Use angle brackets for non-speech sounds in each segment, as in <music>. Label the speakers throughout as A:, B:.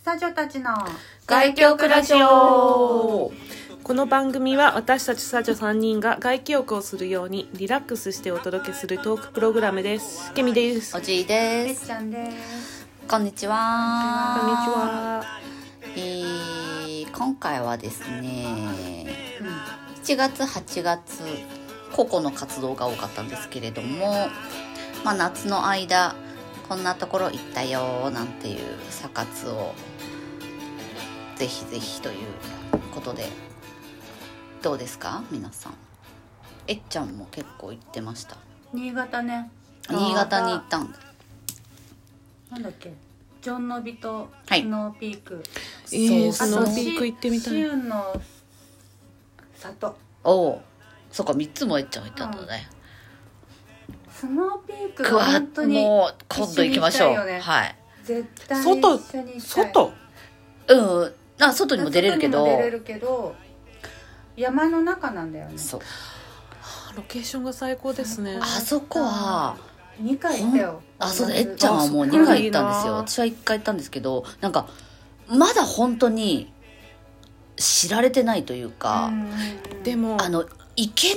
A: スタジオたちの
B: 外教クラジオ
C: この番組は私たちサジョ3人が外気浴をするようにリラックスしてお届けするトークプログラムです。ケミです。こ
B: おじい
A: て
B: で
A: っ
B: す
A: ちゃんです。
B: こんにち
C: んにち
B: は
C: は。
B: こんにちは、えー、今回はですね
A: うん、
B: 7月8月個々の活動が多かったんですけれども、まあ、夏の間こんなところ行ったよなんていう査活をぜひぜひということでどうですか皆さんえっちゃんも結構行ってました
A: 新潟ね。
C: あー
B: 新潟に行ったんだ
A: なんだっけ。ジョンノビと
B: はい
A: スノーピーク。
C: えー
B: そう
C: ス
B: そ
C: ノ
B: う
C: ーピーク行ってみたい
A: シウの里。
B: おおそっか3つもえっちゃんも行ったんだね、
A: スノーピーク
B: く
A: が
B: わ
A: 本当に
B: もう今度行きましょ、
A: 一緒に行きたいうよね
B: はい
A: 絶対に
C: 外
A: 一緒に行きたい。
C: 外
B: うんあ外にも出れるけど
A: 外にも出れるけど山の中なんだよね。
B: そう
C: ロケーションが最高ですね
B: あ。そこは
A: 二回行ったよ。
B: あそうだ
A: 同
B: え
A: じ
B: っちゃんはもう
C: あ
B: 2回行ったんですよ
C: うん
B: 私は1回行ったんですけどなんかまだ本当に知られてないというか、
A: うん
C: で、も、
B: あの行け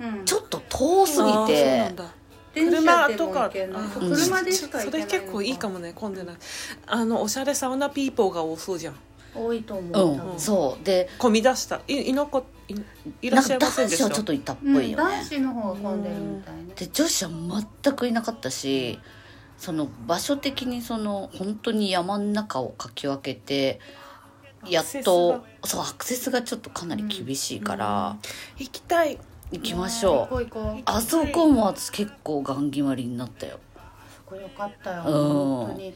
B: ない
A: うん
B: ちょっと遠すぎ
C: あーそうな
B: て
C: んだ
A: 電車で
C: 車と
A: も行
C: か
A: けない
C: あ
A: そう
B: うん
A: 車でしか行
C: そ
A: けな
C: れ
A: い
C: 結構いいかもね混んでないあのおしゃれサウナピーポーが多そうじゃん
A: 多いと思う
B: う
A: 多分
B: ん、そうで
C: 混み出したいいのこいいら
B: な
C: っ
B: ん
C: しゃ
B: か
C: いませ
B: 男
C: んでし
B: 子
C: た
B: はちょっといたっぽ
A: うん
B: いよね、
A: 男子の方が混んでるみたいね
B: で女子は全くいなかったしその場所的にその本当に山の中をかき分けてやっとそうアクセスがちょっとかなり厳しいから、
C: 行きたい
B: 行きましょう、
A: 行こう行こう
B: あそこも私結構ガン決まりになったよ
A: そこよかったよ
B: うん
A: 本当に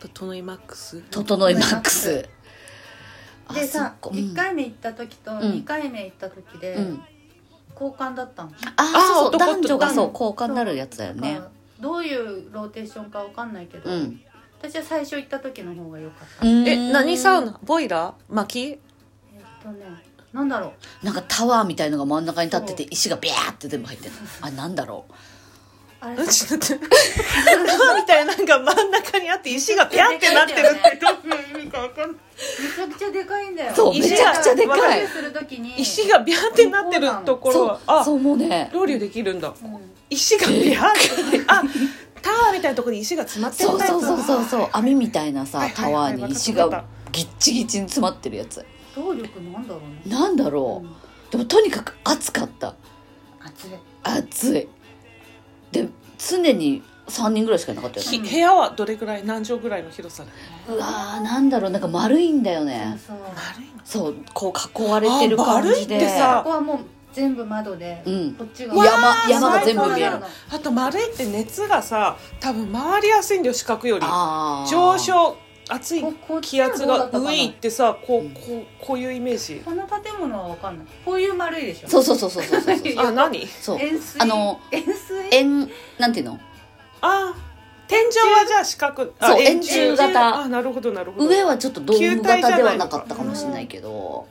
C: 整いマックス
B: 「整いマックス」
A: でさ
B: あそこうん
A: 1回目行った時と
B: ん
A: 2回目行った時で
B: うん、
A: 交換だったの
B: ああそうそう
C: 男と
B: 男女がそう
C: 男
B: 交換になるやつだよね
A: だからどういうローテーションかわかんないけど
B: うん
A: 私は最初行った時の方が良かった
C: え何サウ
B: ナ
C: ナボイラー薪
A: えっとねなんだろう
B: なんかタワーみたいのが真ん中に立ってて石がビャーって全部入ってるあなんだろう
A: あれ
C: うんちょっと待って <laughs> みたいなのが真ん中にあって石がピャってなってるってどういう意味か分かん
A: め
C: ない
A: ちゃくちゃでかいんだよ
B: そう
C: めちゃくちゃでか
A: 石
B: い
A: がする時に
C: 石がビャってなってるところ
B: そう
C: はあ
B: そうもうね
C: ロウリュできるんだ
A: うん
C: 石がビャってあタワーみたいなところに石が詰まってる
B: そう
C: タイプ
B: そうそうそうそう網みたいな
C: は
B: さ
C: いはい
B: タ
C: は
B: ワ
C: い
B: ーに石
C: わかっ
B: が
C: た
B: ギッチギチに詰まってるやつ
A: 動力なんだろうね
B: なんだろ
A: うん
B: うでもとにかく暑かった
A: 熱い
B: 暑いで常に3人ぐらいしかいなかったよ
C: ひ
B: ね
A: うん
C: 部屋はどれぐらい何畳ぐらいの広さだ
B: うわーなんだろうなんか丸いんだよね
A: そうそう
C: 丸いの
B: そうこう囲われてる感じ
C: あ丸い
B: で
C: ってさ
A: ここはもう全部窓で、
B: うん
A: こっちが
B: 山山が
C: 最
B: 全
C: 高
B: 部
C: だ
B: 見える
A: な
C: あと丸いって熱がさ多分回りやすいんだよ四角より
B: あー
C: 上昇熱い
A: ここっち
C: 気
A: はど
C: 圧
A: うだ
C: が
A: ったかな
C: 上行ってさこ
B: うん
C: うこうこういうイメージ
A: この建物は分かんないこういう丸いでしょ
B: そううそうそうそうそう
C: <laughs>
B: そう
A: いや
C: あ何
B: そう
A: 円錐
B: あの
A: 円錐
B: 円なんていうの
C: あ天井はじゃあ四角あ
B: そう
C: 円柱
B: 円柱型
C: あなるほどなるほど
B: 上はちょっとドーム型ではなかったかも
A: 球体
B: し
A: じゃ
B: れ
A: な
B: ないいけど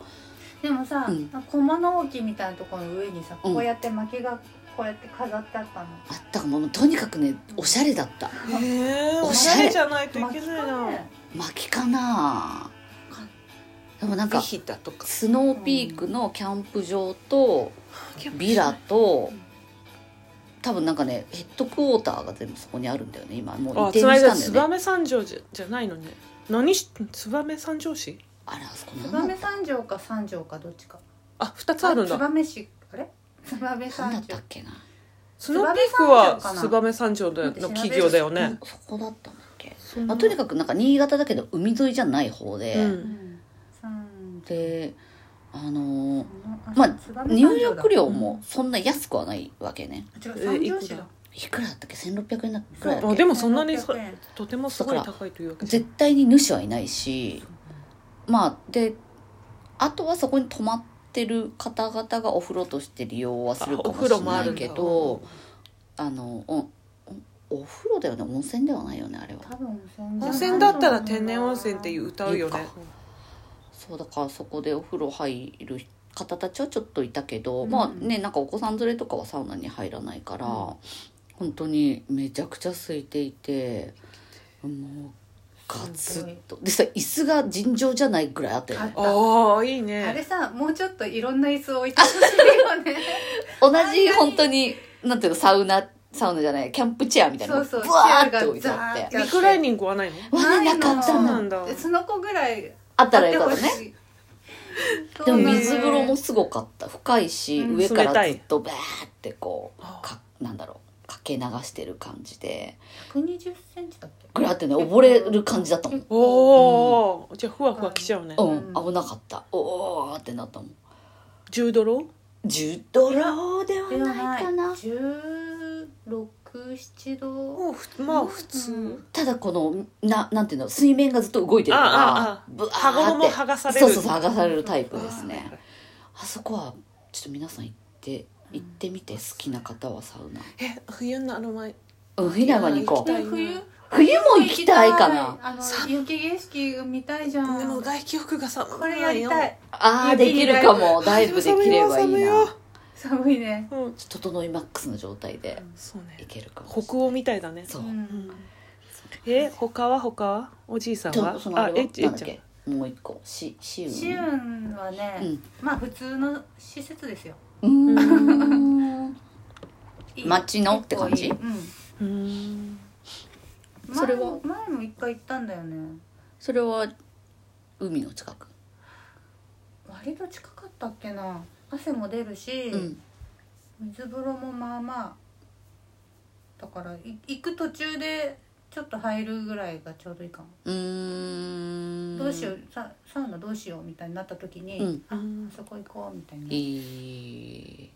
A: でもさ、
B: うん
A: 小物置きみたいなところの上にさ
B: うん
A: こうやって薪がこうやって飾ってあったの、
B: あったかももうとにかくねおしゃれだった
C: えー、
B: お
C: お
B: し
C: し
B: ゃ
C: ゃ
B: れ
C: れじゃないといけ
A: 薪
C: ない
A: が
C: な
A: ね
B: 薪かなでもなん
C: ビ
B: か
C: ヒタとか
B: スノーピークのキャンプ場とビラと
A: うん
B: 多分なんかねヘッドクォーターが全部そこにあるんだよね今もう移
C: あ
B: 転
C: つまり
B: し
C: だ
B: たんだよね
C: 燕三条じゃじゃないのね何し燕三条市
B: あれあそこなんだ
A: 燕三条か三条かどっちか
C: あ二つあるんだ
A: 燕市あれ燕
B: なんだっ
A: 三条
B: たっけな
C: スノーピークは
A: 燕三条かな
C: 燕三条の企業だよね、
B: そこだったんだっけ、
A: そんな
B: まあ、とにかくなんか新潟だけど海沿いじゃない方で、
C: う、
A: うんん三
B: であのー
A: ま
B: まあ入浴料もそんな安くはないわけね
A: 違う三条市だ
B: いくらだったっけ1600円だっけくらいだっ
C: あ
B: け
C: でもそんなにそ
A: 600円
C: とてもすごい高いというわけじゃ
B: 絶対に主はいないしまあであとはそこに泊まってる方々がお風呂として利用はするかもしれないけどあのおおお風呂だよね温泉ではないよねあれは
A: 多分
C: 温
A: 温
C: 泉だったら天然温泉っていう歌うよ
B: い
C: ね
B: いかそうだからそこでお風呂入る方たちはちょっといたけど、
A: うん
B: まあねなんかお子さん連れとかはサウナに入らないから、本当にめちゃくちゃ空いていてもうガツッとでさ椅子が尋常じゃないぐらいあったよね
C: ああいい
A: あれ
C: ね
A: さもうちょっといろんな椅子置いてほしいよね
B: 同じ本当になんていうのサウナサウナじゃないキャンプチェアみたいなの
A: そうそう
B: ブワーって置いてあ
A: チェア
B: っ
A: が
B: て
A: ザー
C: リクライニングはないの
B: わねなかった
C: そうな
B: の
C: んだ
A: その子ぐらい
B: あったらよかったね
A: ね
B: でも水風呂もすごかった深いし、
C: うん
B: 上か
C: 冷た
B: ら
C: い
B: ずっとバーってこう
C: あ
B: かなんだろうかけ流してる感じで
A: 120センチだっけ
B: グラってね溺れる感じだったもん
A: 結構
C: おお、じゃあふわふわきちゃうね、
B: うん、
A: うん
B: 危なかったおおってなったもん
C: 10ドル
B: 10ドローでは
A: ではな
B: ないいかな
A: 1617度
C: もうふまあ普通、
A: うん
B: ただこのななんていうの水面がずっと動いてるか
C: あああ
B: ら
C: あ
B: ブワーって
C: 羽衣も剥がされる
B: そうそうそう剥がされるタイプですねあそこはちょっと皆さん行って行ってみて好きな方はサウナ
C: え冬になる前
B: うんフィナマに行こ
C: 行きた
B: う
C: い
A: で冬
B: 冬も行きたいかな
A: あの雪景色見たいじゃん
C: でも外気浴が寒いの
A: これやりたい
B: ああできるかもダイブできればいい
C: 寒
B: な
C: よ寒
A: 寒いね
C: いようん
B: 整いマックスの状態で
C: そうね
B: 行けるかもしれない
C: 北欧みたいだね
B: そうう、
A: ん
C: え他は他はおじいさん
B: ちょっ
C: は
B: とそのあ
C: あ
B: れ
C: え
B: はなんだ
C: っ
B: っ
C: ちゃん
B: けもう一個しシウン
A: シウンはね、
B: うん
A: まあ普通の施設ですよ
B: うーん
A: いい
B: 街のって感じ
A: 結構いいうん
C: うーん
A: 前
B: それは
A: も前も一回行ったんだよね
B: <laughs> それは海の近く、
A: 割と近かったっけな汗も出るし、
B: うん、
A: 水風呂もまあまあだからい行く途中でちょっと入るぐらいがちょうどいいかも、
B: うーん
A: どうしようササウナどうしようみたいになった時に、
B: うん
A: あ
C: うん
A: そこ行こうみたいない
B: い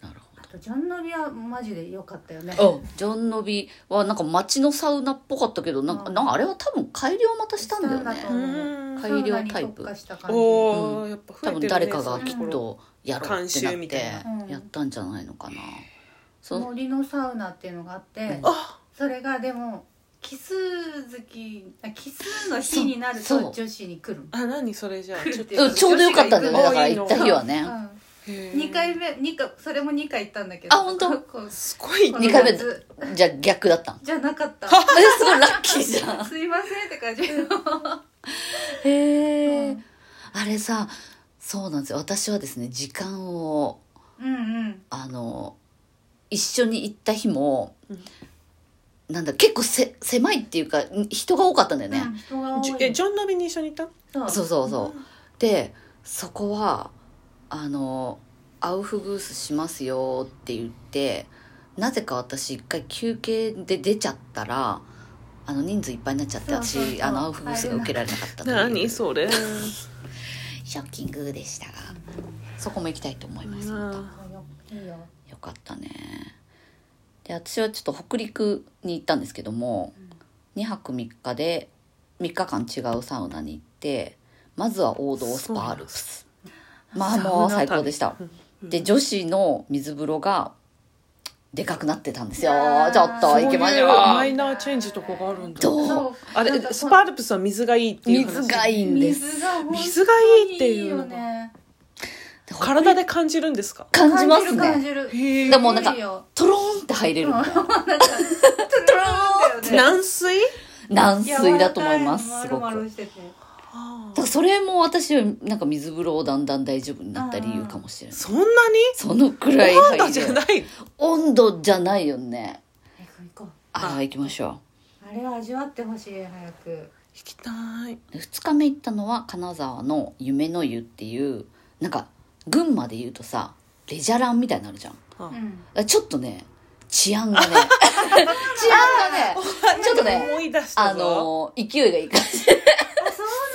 B: なる
A: あとジョンノビはマジで良かったよね
B: ほどあジョンノビはなんか街のサウナっぽかったけどなんか,、
A: うん
B: なんかあれは多分改良またしたんだよ
A: し
B: ね
A: たんだと
C: うん
B: 改良タ
A: サウ
B: イプ
A: ナに特化した感じ
C: おおやっぱ
B: 多
C: 増えてる
B: 分
C: ね
B: 誰かが
C: そうい
B: きっ
C: うところ
B: とやろうってな
C: 監
B: っ
C: 修みた
B: て
C: い
A: なうん
B: やったんじゃないのかな、そう
A: 森のサウナっていうのがあって、
B: うん
C: あ
A: それがでも奇数月あ奇数の日になる
B: そう
A: と
B: そう
A: 女子に来る
C: あ何それじゃあちょっ
A: う
B: うん、ちょうどよかったんだよねだから
C: いい
B: 行
C: の
B: った日はね、
C: とへー
A: 2回目二回それも2回行ったんだけど
B: あ本当
A: こう
C: すごい
A: この
B: 二回目
A: 夏
B: じゃあ逆だった <laughs> ん
A: じゃなかった
B: えすごいラッキーじゃん
A: すいませんって感じ
B: へえ、
A: うん
B: あれさそうなんですよ私はですね時間を
A: うんうん
B: あの一緒に行った日も、
C: うん
B: なんだ結構せ狭いっていうかん人が多かったんだよね、
A: うん人が
C: じ
A: 多
C: え
A: い
C: ジョンナビに一緒に行った
A: そう
B: そうそうそう、でそこはあの「アウフグースしますよ」って言ってなぜか私一回休憩で出ちゃったらあの人数いっぱいになっちゃって
A: そうそうそう
B: 私あのアウフグースが受けられなかったという
C: 何そ
B: <laughs>
C: れ
B: ショッキングでしたがそこも行きたいと思いますまた
A: あよいいよ
B: よかったねで私はちょっと北陸に行ったんですけども、2泊3日で3日間違うサウナに行ってまずは王道スパアルプスまあもう最高でしたで女子の水風呂がでかくなってたんですよ
A: うん
B: ちょっと
A: あ
B: 行きましょう
A: そういう
C: マイナーチェンジとかがあるんだ
B: どう
A: そうな
C: あれ
A: んかこう
C: スパルプスは水がいいっていう話
B: 水がいいんです
A: 水が本当に
C: 水がいいっていうのが
A: よね
C: 体で感じるんですか
B: 感じます
A: 感
B: ね
A: じる感じる
C: へ
B: でもなんか
A: いいよ
B: トローンって入れる
A: うんな
B: み
A: ん
B: た
A: か
B: いな
A: トローンだよね
C: 軟水
B: 軟水だと思いますすご
A: 丸
B: く
A: 々してて
B: だからそれも私はなんか水風呂をだんだん大丈夫になった理由かもしれない
C: そんなに
B: そのくらい
C: 温
B: 入
C: 度
B: る
C: じゃない
B: 温度じゃないよね
A: 行こう行こう
B: ああ行きましょ
A: あれを味わってほしい早く
C: 行きたいう
B: 2日目行ったのは金沢の夢の湯っていうなんか群馬で言うとさレジャランみたいになるじゃん
C: あ
A: うん
B: あちょっとね治安がね治安がねちょっとね
C: 思い出した
B: あ
C: ぞ
B: のー勢いがいい感じ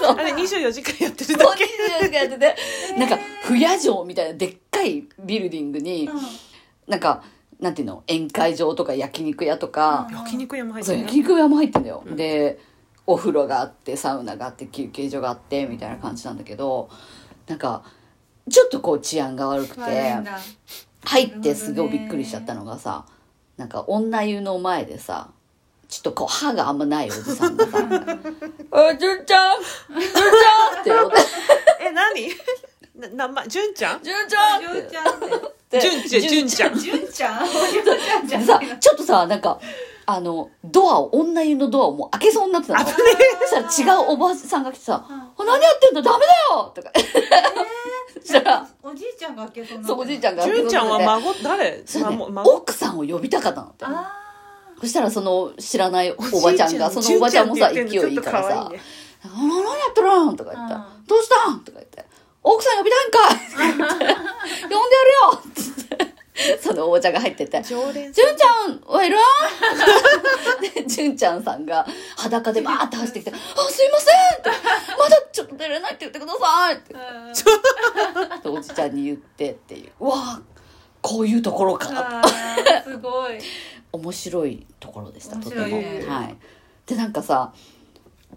C: あれ24時間やってるだ
B: そう
C: け
B: 24時間やっててなんか不夜城みたいなでっかいビルディングになんかなんていうの宴会場とか焼肉屋とか、
A: うん
C: 焼肉屋も入っ
B: そう
C: てる
B: 焼肉屋も入ってんだよ、でお風呂があってサウナがあって休憩所があってみたいな感じなんだけどなんかちょっとこう治安が悪くて
A: 悪いんだ
B: 入ってすごいびっくりしちゃったのがさなんか女湯の前でさちょっとこう歯があんまないおじさん <laughs> がさ「あ純ちゃん純ちゃん!」って呼んで
C: え何 <laughs> な名前純ちゃん
B: 「純ちゃん!」
A: ジ
B: っ
A: ョー
B: て
A: ちゃんって
B: 言って
C: 純ちゃん純ちゃん
A: 純ちゃん純ちゃんじゃ
B: で
A: な
B: さ
A: いの
B: ちょっとさなんかあのドアを、女湯のドアをもう開けそうになってたの。そしたら違うおばさんが来てさ、あ何やってんだダメだよとか。そしたら、
A: おじいちゃんが開けそうにな
B: そうおじいちゃんが開けそう
C: 純
B: に
C: ちゃん
B: なっ
C: は
B: て
C: 孫誰
B: そうね
C: 孫孫
B: 奥さんを呼びたかったのって。
A: あ
B: そしたらその知らないおばちゃんが、そのおばちゃんもさ、勢いいいからさ、あ何やってるんとか言ったら、
A: う
B: どうしたんとか言って、奥さん呼びた
A: <laughs>
B: いんかいって言って呼んでやるよって言って、そのおばちゃんが入ってって、
C: 常連
B: 純ちゃんはいるで、純ちゃんさんが裸でバーって走ってきて、あ、すいませんって、まだちょっと出れないって言ってくださいって
A: あ
C: ちょっ
B: っておじちゃんに言ってっていう。うわあこういうところか。
A: あーすごい
B: 面白いところでした、
A: 面
B: とて
A: 白
B: も。
A: いね
B: はい。で、なんかさ、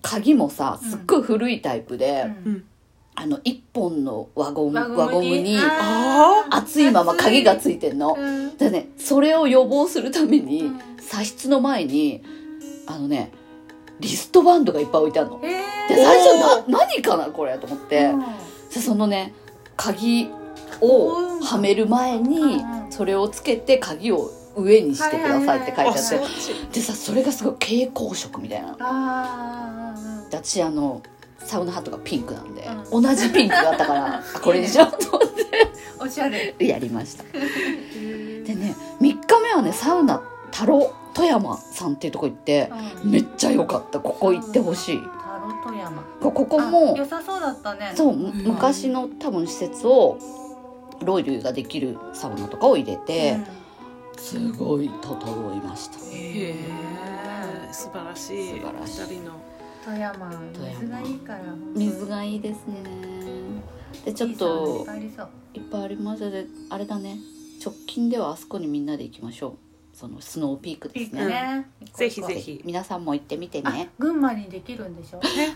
B: 鍵もさ、すっごい古いタイプで、 <laughs>
A: うん
C: うん
B: あの、一本の輪ゴム、
A: 輪
B: 輪
A: ゴ
B: ゴ
A: ムに
B: ムに、
A: あー
B: 熱いまま鍵がついてんの。
A: うん
B: でね、それを予防するために、
A: うん
B: 左室の前に、あのね、リストバンドがいっぱい置いてあるの。
A: えー
B: で、最初な、何かなこれと思って、
A: うん
B: でそのね、鍵をはめる前に
A: うん、
B: それをつけて鍵を上にしてくださいって書いてあ
C: あ
B: っ
C: そ
B: て
C: っ、
B: でさ、それがすごい蛍光色みたいなの。
A: あー
B: で私あの、サウナハットがピンクなんで、
A: う
B: 同じピンクがあったから、あこれにしようと思っ
A: おしゃれ
B: てやりました。
A: で
B: でね3日目はねサウナ太郎富山さんっていうとこ行ってめっちゃ良かったここ行ってほしい
A: タロット山
B: こここ
A: あ
B: も
A: 良さそうだったね
B: そううむ
C: うん
B: 昔の多分施設をロイルができるサウナとかを入れて
A: ん
B: すごい整いました
C: へえ素晴らしい
B: 素晴らしい
C: 二人の
A: 富山
B: 富山
A: 水がいいから
B: 水がいいですねでちょっ
A: いい
B: と
A: サウナいっぱいありそう
B: いっぱいありましたであれだね直近ではあそこにみんなで行きましょうそのスノーピーク
A: い
B: で
A: い
B: す
A: ね
B: ね
A: ね
C: ぜひぜひ
B: 皆さんも行ってみてね
A: あ群馬にできるんでしょ
C: ね